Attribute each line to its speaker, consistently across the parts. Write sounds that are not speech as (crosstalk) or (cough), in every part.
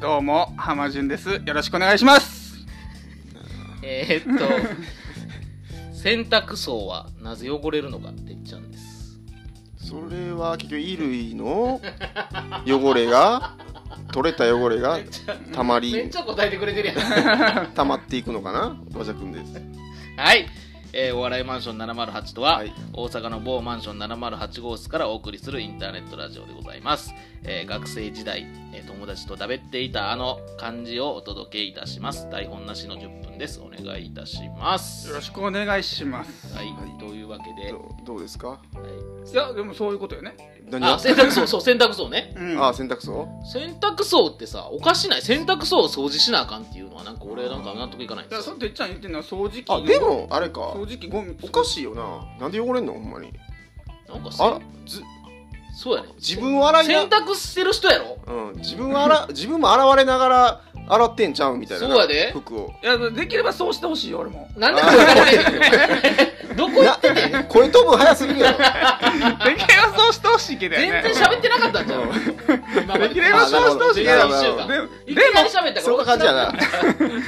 Speaker 1: どうも、浜順です。よろしくお願いします。
Speaker 2: えーっと (laughs) 洗濯槽はなぜ汚れるのかってっちゃんです
Speaker 3: それは結局衣類の汚れが取れた汚れが
Speaker 2: めっちゃ
Speaker 3: たま
Speaker 2: めっ
Speaker 3: り
Speaker 2: ちゃ答えてくれてるやん (laughs) は
Speaker 3: たまっていくのかな和く君です
Speaker 2: い、えーお笑いマンション708とは、
Speaker 3: はい
Speaker 2: 大阪の某マンション708号室からお送りするインターネットラジオでございます、えー学生時代、えー友達とだべっていたあの漢字をお届けいたします台本なしの10分ですお願いいたします
Speaker 1: よろしくお願いします。
Speaker 2: はい、
Speaker 3: はい
Speaker 2: というわけで、
Speaker 3: どどうですか
Speaker 2: はい
Speaker 1: や、でもそういうことよね。
Speaker 3: 何
Speaker 2: い、あ
Speaker 3: が
Speaker 2: 洗濯槽そう洗濯槽ね
Speaker 1: うん。
Speaker 3: あ洗濯槽
Speaker 2: 洗濯槽ってさおかしない洗濯槽を掃除しなあかんっていうのはなんか俺なんか納得いかないん
Speaker 1: い
Speaker 2: で
Speaker 1: や、
Speaker 2: す
Speaker 1: さ
Speaker 2: よ
Speaker 1: っきてっちゃん言ってんのは掃除機の
Speaker 3: あでもあれか
Speaker 1: 掃除機ゴミ。
Speaker 3: おか
Speaker 1: い。
Speaker 3: しいよななんで汚れんのほんまに
Speaker 2: なんか
Speaker 3: あ
Speaker 2: さ
Speaker 3: ず
Speaker 2: そうやね
Speaker 3: 自分を洗い
Speaker 2: 洗
Speaker 3: な、
Speaker 2: 濯してる人やろ
Speaker 3: うん、自分を洗自分も洗われながら洗ってんちゃうみたいなな
Speaker 2: そうやで
Speaker 3: 服を
Speaker 1: いや、できればそうしてほしいよ、俺も。
Speaker 2: なんでこれからねどこ行ってて
Speaker 3: な声飛ぶん早す
Speaker 2: (laughs)
Speaker 3: ぎるやろ
Speaker 1: できればそうしてほしいけどよ
Speaker 2: 全
Speaker 1: ね。
Speaker 2: 然喋ってなかったんじゃん今まで
Speaker 1: できればそうしてほしいけ
Speaker 3: あ
Speaker 1: ど
Speaker 3: なるほど。
Speaker 2: 一週
Speaker 3: ば
Speaker 2: 間
Speaker 1: で
Speaker 2: いき
Speaker 1: で
Speaker 2: なり喋ったから
Speaker 3: そんな感じやな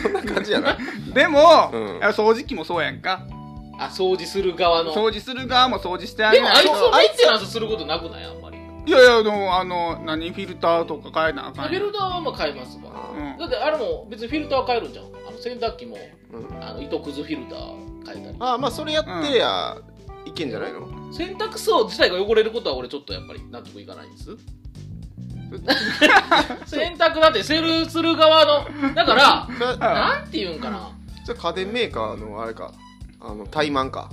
Speaker 3: そんな感じやな
Speaker 1: も、でも、
Speaker 3: うん
Speaker 1: いや掃除機もそうやんか。
Speaker 2: (laughs) あ掃除する側の
Speaker 1: 掃除する側も掃除してあげ
Speaker 2: でも
Speaker 1: な
Speaker 2: あ
Speaker 1: い
Speaker 2: いつ
Speaker 1: と
Speaker 2: をメンテナンスすることなくないあんまり
Speaker 1: いやいや、でも、あの、何、フィルターとか変えなあ
Speaker 2: フ
Speaker 1: かん
Speaker 2: ィ
Speaker 1: やん。
Speaker 2: ルターはまあ買いますわ
Speaker 1: うん
Speaker 2: だってあれも別にフィルター変えるんじゃんあの洗濯機も
Speaker 3: うん
Speaker 2: あの糸くずフィルター変えたり
Speaker 3: ああまあそれやってりゃ、いけんじゃないの
Speaker 2: 洗濯槽自体が汚れることは俺ちょっとやっぱり納得いかないんです (laughs) 洗濯だってセルする側のだから
Speaker 3: それ
Speaker 1: うん
Speaker 2: なんて言うんかな
Speaker 3: じゃあ家電メーカーのあれかあの怠慢か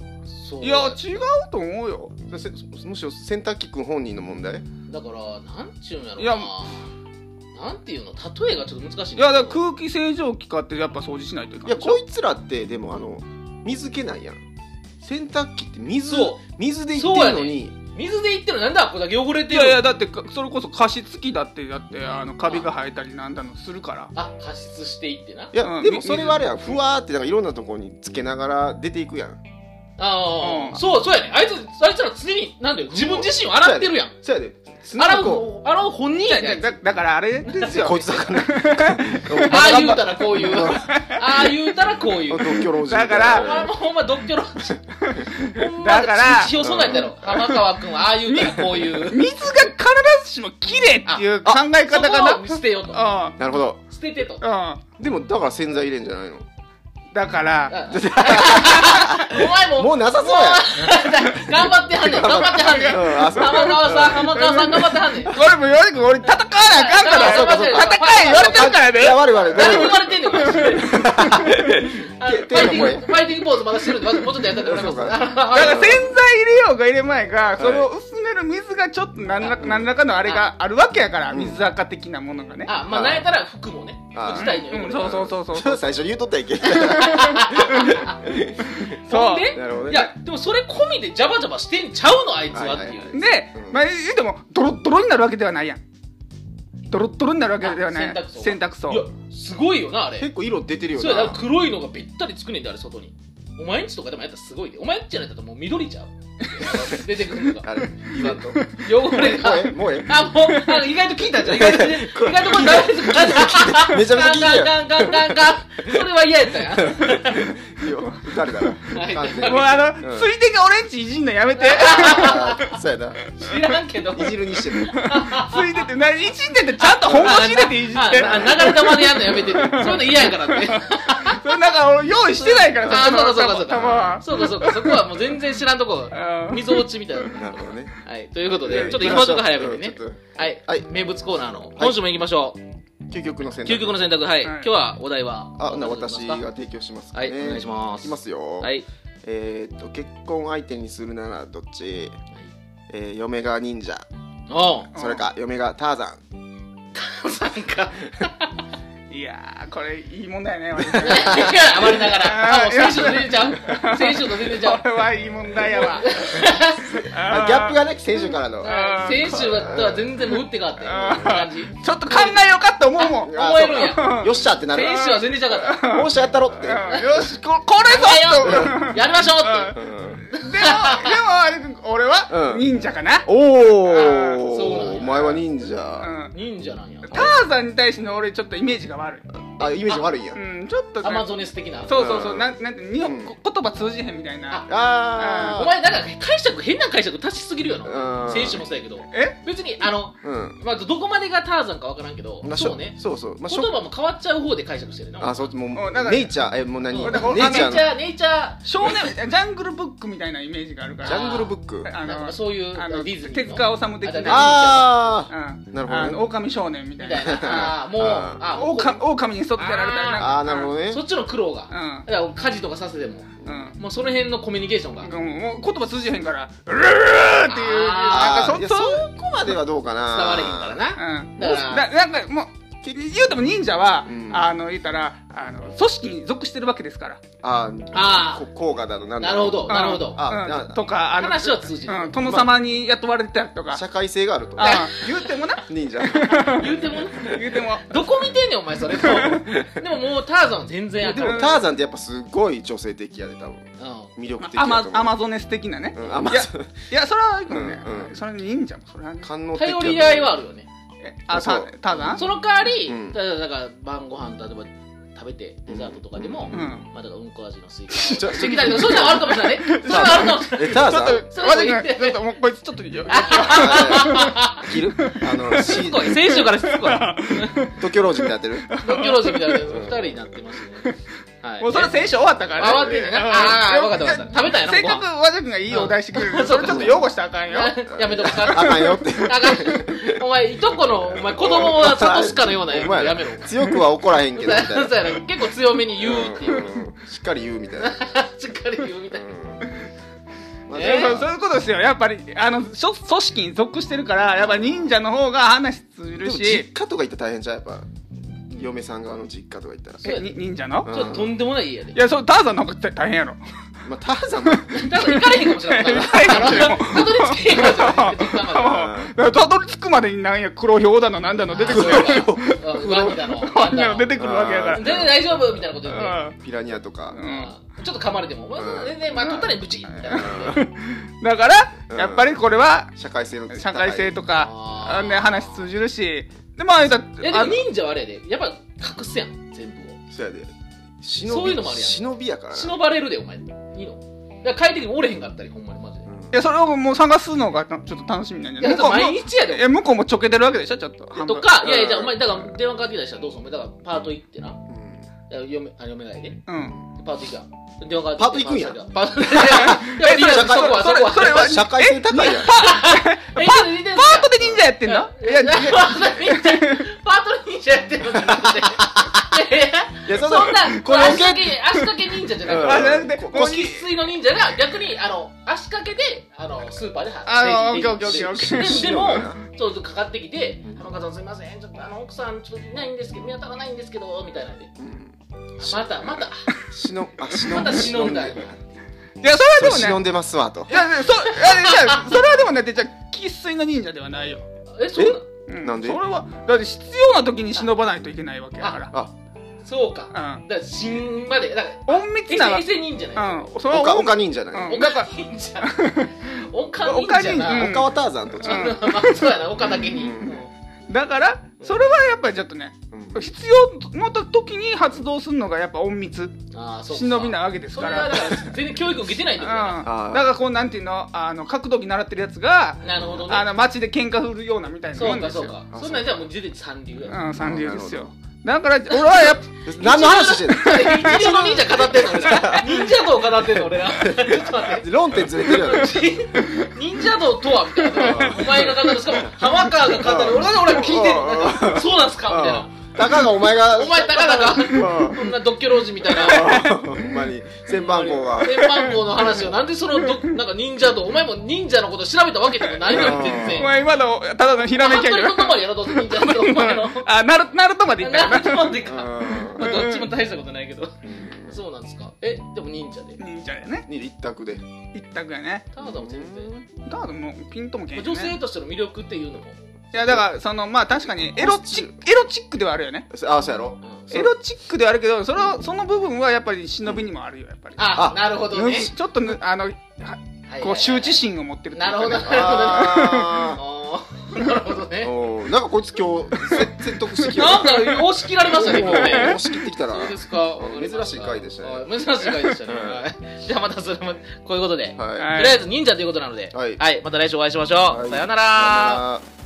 Speaker 2: そう
Speaker 1: いや、違うと思うよ。
Speaker 3: それせむしろ洗濯機くん本人の問題
Speaker 2: だからなんて言うんやろ
Speaker 1: いや
Speaker 2: ななんて言うの例えがちょっと難しいん
Speaker 1: い
Speaker 2: だけど
Speaker 1: や、だから空気清浄機買ってやっぱ掃除しないといけな
Speaker 3: いや
Speaker 1: いでしょ。
Speaker 3: こいつらってでもあの水気ないやん洗濯機って水
Speaker 2: そ
Speaker 3: 水でいってるのに、
Speaker 2: 水でいってるのなんだこれだけ汚れ
Speaker 1: い
Speaker 2: てる
Speaker 1: やいや、だってか、それこそ加湿器だって、だって、あの、カビが生えたりなんだのするから。
Speaker 2: あ加湿していってない
Speaker 3: や、
Speaker 1: うん
Speaker 3: で
Speaker 1: み
Speaker 3: もそれはあれやんふわーってなんかいろんなところにつけながら出ていくやん
Speaker 2: ああ、
Speaker 1: うん
Speaker 2: そうそうやねあいつあいつら常になんだよ自分自身を洗ってるやん
Speaker 3: そやで
Speaker 2: 洗
Speaker 3: なんかこ
Speaker 2: う洗う本人やね
Speaker 1: だだだからあれです
Speaker 3: う
Speaker 1: よ。
Speaker 3: こいつだから
Speaker 2: ああ言うたらこうい
Speaker 1: (laughs)
Speaker 2: うああ言うたらこういう
Speaker 3: 独居老人みたい
Speaker 1: だ
Speaker 3: な
Speaker 1: か
Speaker 2: お前
Speaker 1: ら
Speaker 2: もほんま独居老人。
Speaker 1: だから
Speaker 2: 批評そうなんやったろ。浜川君はああいうたらこういう。
Speaker 1: 水が必ずしも綺麗っていう考え
Speaker 2: そ
Speaker 1: 方が
Speaker 2: こを捨てようと。
Speaker 1: な。
Speaker 3: なるほど
Speaker 2: 捨ててと。
Speaker 1: うん。うん。
Speaker 3: でもだから洗剤入れんじゃないの
Speaker 1: だから、
Speaker 2: あお前も。
Speaker 3: もうなさそうやん
Speaker 2: 頑張ってはんねん。頑張ってはんねん。
Speaker 3: うんあそう
Speaker 2: 浜川さん、浜川さん頑張ってはんねん。
Speaker 1: 俺も言われて、俺戦わなあかんから、
Speaker 3: そうかそうか
Speaker 1: 戦え言われてるから
Speaker 3: いや
Speaker 1: ね。
Speaker 3: 我々
Speaker 2: 誰に言われてんねん、お前あのファイ
Speaker 3: 手手
Speaker 2: ティ
Speaker 3: の
Speaker 2: ン
Speaker 3: 声
Speaker 2: グ、ファイティングポーズまだしてるんで、まずもうちょっとやってもらいます。
Speaker 3: そうか
Speaker 2: あの
Speaker 1: だから洗剤
Speaker 2: あ
Speaker 1: 入れようが入れまいが、それを薄める水がちょっと何らか何らかのあれがあるわけやから、
Speaker 3: うん
Speaker 1: 水垢的なものがね。
Speaker 2: あ、まあ、なんやったら服もね。
Speaker 3: あ
Speaker 2: 服自体に
Speaker 1: うんう
Speaker 2: 汚れ
Speaker 1: んそうそうそうそう
Speaker 3: ちょっと最初に言うとったやんけ
Speaker 2: ほん
Speaker 1: そう。
Speaker 2: で
Speaker 3: なるほどね
Speaker 2: いや、でもそれ込みでジャバジャバしてんちゃうの、あいつはってい
Speaker 3: はいうは。
Speaker 1: で、
Speaker 3: うん
Speaker 1: まあ言ってもドロッドロになるわけではないやんドロッドロになるわけではない
Speaker 2: あ洗濯槽
Speaker 1: 洗濯槽
Speaker 2: いや、すごいよな、あれ。
Speaker 3: 結構色出てるよ
Speaker 2: そうや、だ
Speaker 3: な
Speaker 2: から黒いのがべったりつくねんで、あれ、外に。お前んちとかでもやったらすごいで。お前んちじゃないともう緑ちゃう。出てくるのが。
Speaker 3: あれ言わんともう
Speaker 2: 汚れが。
Speaker 3: ええもうえ
Speaker 2: あ、もう、あの意外と聞いたんじゃん。意外とね、意外とこれダメですか
Speaker 3: えめちゃめち
Speaker 2: ガ
Speaker 3: ゃ聞
Speaker 2: ン
Speaker 3: いた
Speaker 2: ガン
Speaker 3: や
Speaker 2: ガンガンガンガン。それは嫌やったやん。 (laughs)
Speaker 3: んいいよ打たれたら
Speaker 2: はい
Speaker 3: 完全
Speaker 1: もう
Speaker 3: に
Speaker 1: あの、
Speaker 3: うん
Speaker 1: ついでが俺んちいじんのやめて
Speaker 3: (laughs) そうやな
Speaker 2: 知らんけど。
Speaker 3: いじるにしても
Speaker 1: ついでって何いじんでてちゃんと本腰入れていじっ
Speaker 2: あ
Speaker 1: て
Speaker 2: あ流れ玉でやんのやめて。そういうの嫌やからって。
Speaker 1: それなんか俺用意してないから
Speaker 2: あ
Speaker 1: さ
Speaker 2: あ、そうかそうかそう
Speaker 1: 玉
Speaker 2: か
Speaker 1: は。
Speaker 2: そうかそうか、そこはもう全然知らんとこ
Speaker 1: う。ん
Speaker 2: 溝落ちみたいな。
Speaker 3: なるほどね
Speaker 2: はい、ということで、ちょっと行きましょうか、早めにね。はい、
Speaker 3: はい
Speaker 2: 名物コーナーの、今週も行きましょう。
Speaker 3: 究極の選択
Speaker 2: 究極の選択、は
Speaker 1: はい
Speaker 2: い。今日はお題は。
Speaker 3: あな私が
Speaker 2: どうします
Speaker 3: 提供します
Speaker 2: か。
Speaker 3: か
Speaker 2: は
Speaker 3: ね
Speaker 2: い、お願いします。
Speaker 3: いきますよ
Speaker 2: はい。
Speaker 3: えーっと結婚相手にするならどっちえー嫁が忍者
Speaker 2: おう。
Speaker 3: それか嫁がターザン
Speaker 2: 参加。
Speaker 1: いやーこれいい問題やね
Speaker 2: 暴れながら。あ、もう選手と出てちゃ
Speaker 1: (laughs)
Speaker 2: う。選手と出てち
Speaker 1: 俺
Speaker 2: ゃう。
Speaker 1: これはいい問題や
Speaker 2: (laughs)
Speaker 1: わ
Speaker 3: あギャップがね選手からの
Speaker 1: あー
Speaker 2: 選手だったら全然もう打って変わって。感じ。
Speaker 1: ちょっと考えようかって思うもん、うん、よ
Speaker 2: 思えるんや
Speaker 3: あそうかよっしゃってなる
Speaker 2: 選手は全然ちゃうかった。
Speaker 3: よっしゃやったろって
Speaker 1: しここれぞとでも
Speaker 2: やりましょうっ
Speaker 3: うん
Speaker 1: でもあれ俺は
Speaker 3: うん
Speaker 1: 忍者かな、
Speaker 3: お
Speaker 1: あ
Speaker 2: ーそうなん
Speaker 3: お
Speaker 2: や
Speaker 3: お前は忍者
Speaker 1: うん
Speaker 2: て。忍者なんや
Speaker 1: ターザンに対しての俺ちょっとイメージが悪い
Speaker 3: あイメージ悪いんや
Speaker 1: うんちょっと
Speaker 2: ア
Speaker 1: な
Speaker 2: マゾネス的な
Speaker 1: そうそうそううんなんなんて日本、
Speaker 3: うん
Speaker 1: こ言葉通じへんみたいな
Speaker 3: あ
Speaker 2: お前なんか解釈変な解釈足しすぎるよな、
Speaker 3: うん
Speaker 2: 選手もそうやけど
Speaker 1: え
Speaker 2: 別にあの、
Speaker 3: ーうん
Speaker 2: まあ、どこまでがターザンかわからんけど
Speaker 3: まあしょ
Speaker 2: そうね
Speaker 3: そうそうま
Speaker 2: 言
Speaker 3: あしょ
Speaker 2: 葉も変わっちゃう方で解釈してるな
Speaker 3: あそっちもう
Speaker 1: うんだから
Speaker 3: ネイチャーえもう何ネイ
Speaker 1: うん
Speaker 3: チ
Speaker 1: だから
Speaker 3: ャーのジ
Speaker 2: ネイチャーネイチャー
Speaker 1: 少年ジャングルブックみたいなイメージがあるか
Speaker 2: ジャ
Speaker 1: ら
Speaker 3: ャングルブック
Speaker 1: あ
Speaker 2: なん
Speaker 1: の
Speaker 2: かそういう
Speaker 1: あの
Speaker 2: ディズニーの
Speaker 1: 手塚治虫的な
Speaker 3: あ
Speaker 1: うん
Speaker 3: なるほどね
Speaker 1: あの狼少年みた
Speaker 2: み
Speaker 1: い
Speaker 2: たい
Speaker 1: な
Speaker 2: なあーもう
Speaker 3: あー
Speaker 2: あ
Speaker 1: オオカ狼に沿ってやられたりなん
Speaker 3: ー
Speaker 1: か
Speaker 3: あーなるほどね
Speaker 2: そっちの苦労が、
Speaker 1: うん
Speaker 2: だから家事とかさせても
Speaker 1: うん
Speaker 2: もうその辺のコミュニケーションが、
Speaker 1: なんかもうもう言葉通じへんから「うるー!」っていう
Speaker 2: あ
Speaker 1: な
Speaker 3: あ
Speaker 1: ん
Speaker 3: ー
Speaker 1: か
Speaker 3: いや
Speaker 1: そ
Speaker 3: そ
Speaker 1: そ
Speaker 3: こまではどうかな
Speaker 2: 伝われへんからな
Speaker 1: うん、
Speaker 2: だから
Speaker 1: だなんかもう言うても忍者は、
Speaker 3: うん
Speaker 1: あの言ったらあの組織に属してるわけですから、
Speaker 3: あ
Speaker 2: あ
Speaker 3: あ効果だとなんだ
Speaker 2: なるほど
Speaker 1: ん
Speaker 2: なるほど
Speaker 3: あ
Speaker 1: う、
Speaker 3: なん
Speaker 1: とかあの
Speaker 2: 話は通じる、
Speaker 1: うん、殿様に雇われてたりとか、
Speaker 3: 社会性があると
Speaker 1: あ言うてもな
Speaker 3: 忍者
Speaker 2: 言うてもな
Speaker 1: 言うても
Speaker 3: (laughs)
Speaker 2: どこ見てんねんお前それとでももうターザンは全然あ
Speaker 3: で
Speaker 2: かん、
Speaker 3: もターザンってやっぱすごい女性的やで多分
Speaker 2: うん
Speaker 3: 魅力的
Speaker 1: ア
Speaker 3: やと
Speaker 1: マ
Speaker 3: 思う
Speaker 1: アマゾネス的なね、
Speaker 3: うんアマ
Speaker 1: いや
Speaker 3: ゾン
Speaker 1: いやそれはいいかもね、
Speaker 3: うんうん
Speaker 1: それに忍者もそれはね
Speaker 3: 官能的や
Speaker 2: 頼
Speaker 3: と思う
Speaker 2: り合いはあるよね
Speaker 1: えあ
Speaker 3: そ
Speaker 1: た
Speaker 3: う
Speaker 1: ターザン
Speaker 2: その代わり、
Speaker 3: うん
Speaker 2: ただだから晩ご飯例えば食べてデザートとかでも、
Speaker 1: うん
Speaker 2: まあ、だからうんこ味のスイカを
Speaker 3: ちょ
Speaker 2: してきたりとかそういうのはあるかもしれないねそういうのはあるかもしれない
Speaker 3: えター
Speaker 1: ちょ
Speaker 3: ザ
Speaker 1: っ
Speaker 3: ン
Speaker 1: と
Speaker 2: それ
Speaker 1: 待っ
Speaker 2: それ
Speaker 1: てちょっともうこいつちょっといいよ
Speaker 3: 着るあの
Speaker 2: し
Speaker 3: シ
Speaker 2: つこい先週からしつこい
Speaker 3: 東京老人でやってる
Speaker 2: 独居老人みたいな二人になってますねはい
Speaker 1: もうそれは選手終わったから
Speaker 2: あ終わってんねんなあー
Speaker 1: うん
Speaker 2: わかったわかった食べたんやな
Speaker 1: せっかく
Speaker 2: ご
Speaker 1: 和田君がいいお題してくれるのにそれちょっと擁護したらあかん
Speaker 2: (laughs)
Speaker 1: よ
Speaker 2: やめとくか
Speaker 3: あかんよって
Speaker 2: あかんお前いとこのお前子供は諭すかのようなやつ
Speaker 3: お前
Speaker 2: やめろお前
Speaker 3: 強くは怒らへんけどみたい
Speaker 2: (laughs)
Speaker 3: な
Speaker 2: そうやな結構強めに言うっていう、
Speaker 3: うんしっかり言うみたいな
Speaker 2: しっかり言うみたいな、
Speaker 3: うんまあ
Speaker 2: えー
Speaker 1: そうそうそういうことですよやっぱりあのしょ組織に属してるからやっぱ忍者の方が話通じ
Speaker 3: で
Speaker 1: る
Speaker 3: も
Speaker 1: し
Speaker 3: 実家とか行ったら大変じゃんやっぱ嫁さん側の実家とか行ったら
Speaker 2: そう
Speaker 1: え
Speaker 2: や
Speaker 1: に忍者の、
Speaker 3: うん
Speaker 2: ちょっととんでもない家やで
Speaker 1: いやそうターザンなんか大変やろ
Speaker 3: まあターザンも
Speaker 2: 多分行かれへんかもしれない
Speaker 1: 行かれへんかもしれん
Speaker 2: たどり着けへんかもしれない実家まで
Speaker 1: うんたどり着くまでになんや黒豹だのなんだの出てくるよ
Speaker 2: うんワニだの
Speaker 1: こんなの出てくるわけやか
Speaker 2: 全然大丈夫みたいなこと言って、
Speaker 1: ら、うん
Speaker 3: ピラニアとか
Speaker 1: ん
Speaker 2: うんちょっと噛まれても、お前全然まあ取ったらブチみたいな感じで
Speaker 1: だから、
Speaker 3: うん
Speaker 1: やっぱりこれは
Speaker 3: 社会性の
Speaker 1: 社会性とか、
Speaker 2: あー
Speaker 1: あのね、話通じるしでまあ言う
Speaker 2: いや
Speaker 1: た
Speaker 2: で
Speaker 1: らあ
Speaker 2: も
Speaker 1: の
Speaker 2: 忍者はあれやでやっぱ隠すやん全部を
Speaker 3: そうやで
Speaker 2: そういうのもあるやん
Speaker 3: 忍びやからな
Speaker 2: 忍ばれるでお前いいのだから帰ってきても折れへんかったりほんまにマジで
Speaker 1: いやそれをもう探すのがたちょっと楽しみなんじゃない
Speaker 2: いや
Speaker 1: 向こう
Speaker 2: 毎日やで
Speaker 1: いや向こうもちょけてるわけでしょちょっと半分
Speaker 2: とか
Speaker 3: うん
Speaker 2: いやいやじゃあお前だから電話かけたりしたらどうすんのだからパート行ってなだか
Speaker 3: うんうん
Speaker 2: ら嫁あ嫁がやで
Speaker 1: うん
Speaker 2: パート行くやん電話かかってきて
Speaker 1: (laughs)
Speaker 3: パート行くんや
Speaker 2: パートいやいやそこはそこは
Speaker 1: それは
Speaker 3: 社会性高いやん
Speaker 1: パー
Speaker 2: パ
Speaker 1: トで忍者やってんのい
Speaker 2: い
Speaker 1: や
Speaker 2: や
Speaker 1: い
Speaker 2: い
Speaker 1: や
Speaker 2: やパートで忍者パートで忍者やってるのじゃなくていやいや
Speaker 3: いや
Speaker 2: そ
Speaker 3: そ
Speaker 2: ん
Speaker 3: んな
Speaker 2: な
Speaker 3: これ
Speaker 2: 足掛け足掛け忍者じゃなくて
Speaker 1: あなんで
Speaker 3: こ
Speaker 1: こう
Speaker 2: 生粋の忍者が逆にあの足掛けであのスーパーで
Speaker 1: あの
Speaker 2: レジレジ
Speaker 1: オッケーオッケーオッケー
Speaker 2: レジででも
Speaker 3: オッケー
Speaker 2: ちょっとかかってきて「あの方すみませんちょっとあの奥さんちょっといないんですけど見当たらないんですけど」みたいなんで
Speaker 3: うん
Speaker 2: またまた
Speaker 3: 忍あ忍
Speaker 2: また忍んだよ
Speaker 1: いやそれはでも
Speaker 3: 忍
Speaker 1: ね
Speaker 3: んでますわと
Speaker 1: いやいやそいやいやじゃあそれはでもねじゃあ生粋の忍者ではないよ、
Speaker 2: えそうなん
Speaker 1: うん、
Speaker 3: なんで
Speaker 1: それはだって必要な時に忍ばないといけないわけやか
Speaker 3: あ
Speaker 2: そうかだ
Speaker 1: らう
Speaker 2: から死んまでだから
Speaker 1: ん隠密な
Speaker 2: エセ忍者なんや
Speaker 1: うんそれは
Speaker 3: 他
Speaker 1: お
Speaker 3: 他忍じゃない
Speaker 1: うん
Speaker 2: おか忍者おか忍者
Speaker 1: う
Speaker 2: なん
Speaker 3: 他はターザンとちゃう
Speaker 1: うん
Speaker 2: まあそうやな岡だけに
Speaker 3: うん
Speaker 1: だからそれはやっぱりちょっとね
Speaker 3: うん
Speaker 1: 必要の時に発動するのがやっぱ隠密
Speaker 2: ああそうか
Speaker 1: 忍びなわけです
Speaker 2: そ
Speaker 1: か
Speaker 2: れは
Speaker 1: ら
Speaker 2: だから全然教育受けてないって
Speaker 1: うん、だ
Speaker 2: ことだ
Speaker 1: か
Speaker 3: ー
Speaker 1: らこうなんていうのあの格闘技習ってるやつが
Speaker 2: ななるほどね
Speaker 1: あの街で喧嘩売るようなみたいな
Speaker 2: そ
Speaker 1: も
Speaker 2: うんか
Speaker 1: です
Speaker 2: そ
Speaker 1: よ
Speaker 2: うか
Speaker 3: あそうか
Speaker 2: そんなんじゃもう全然三流や
Speaker 1: うん三流ですよだから俺はやっぱ
Speaker 3: 何の話してんの
Speaker 2: 一流の忍者語ってんの俺ら
Speaker 3: (laughs)
Speaker 2: 忍者道語ってんの俺らちょっと待って
Speaker 3: 論点ずれてるよね
Speaker 2: 忍者道とはみたいなお前が語るしかも浜川が語る俺が俺も聞いてるのなんかそうなんすかみたいな
Speaker 3: うんたかがお前が
Speaker 2: お前たかだか
Speaker 3: (laughs) うん
Speaker 2: こんな独居老人みたいな
Speaker 3: ほんまに千番号が
Speaker 2: 天番号の話をなんでその
Speaker 3: (laughs)
Speaker 2: どなんか忍者とお前も忍者のこと調べたわけでもないのに全
Speaker 1: お
Speaker 2: 然
Speaker 1: 前今のただのひらめきやけど
Speaker 2: 服部とまりやろどうせ忍者とお前の
Speaker 1: あナルナルトまでいったよ
Speaker 2: な
Speaker 1: なん
Speaker 2: とまで
Speaker 3: う
Speaker 2: か、
Speaker 3: ん
Speaker 2: まあ、どっちも大したことないけどそうなんですかえでも忍者で
Speaker 1: (laughs) 忍者やね
Speaker 3: に一択で
Speaker 1: 一択やね
Speaker 2: ターザンも全然、ま
Speaker 1: だからもうピンともけん
Speaker 2: あ
Speaker 1: よ
Speaker 2: 女性
Speaker 1: ね
Speaker 2: としての魅力っていうのも、
Speaker 1: いやだからそのまあ確かにエロチックエロチックではあるよね
Speaker 3: あそうやろ
Speaker 2: うん
Speaker 3: そう
Speaker 1: エロチックではあるけどそのその部分はやっぱり忍びにもあるよやっぱり
Speaker 2: あ
Speaker 3: あ
Speaker 2: なるほどね、
Speaker 1: ちょっとぬあのは
Speaker 2: はいはいはい
Speaker 1: こう羞恥心を持ってるっていうかね
Speaker 2: なるほど
Speaker 3: あ
Speaker 2: あーなるほどね
Speaker 3: おなんかこいつ今日せ説得してき
Speaker 2: なん
Speaker 3: た
Speaker 2: か押し切られましたね今日ね
Speaker 3: 押し切ってきたな
Speaker 2: そうですか
Speaker 3: うん
Speaker 2: わかりまた
Speaker 3: 珍しい回でしたね
Speaker 2: あ珍しい回でしたね
Speaker 3: は
Speaker 2: はいじゃあまたそれもこういうことでとり
Speaker 3: はい
Speaker 1: はい
Speaker 2: あえず忍者ということなので
Speaker 3: はい
Speaker 2: はいまた来週お会いしましょ
Speaker 3: は
Speaker 2: う
Speaker 3: い
Speaker 2: さような
Speaker 3: さよ
Speaker 2: ら
Speaker 3: なら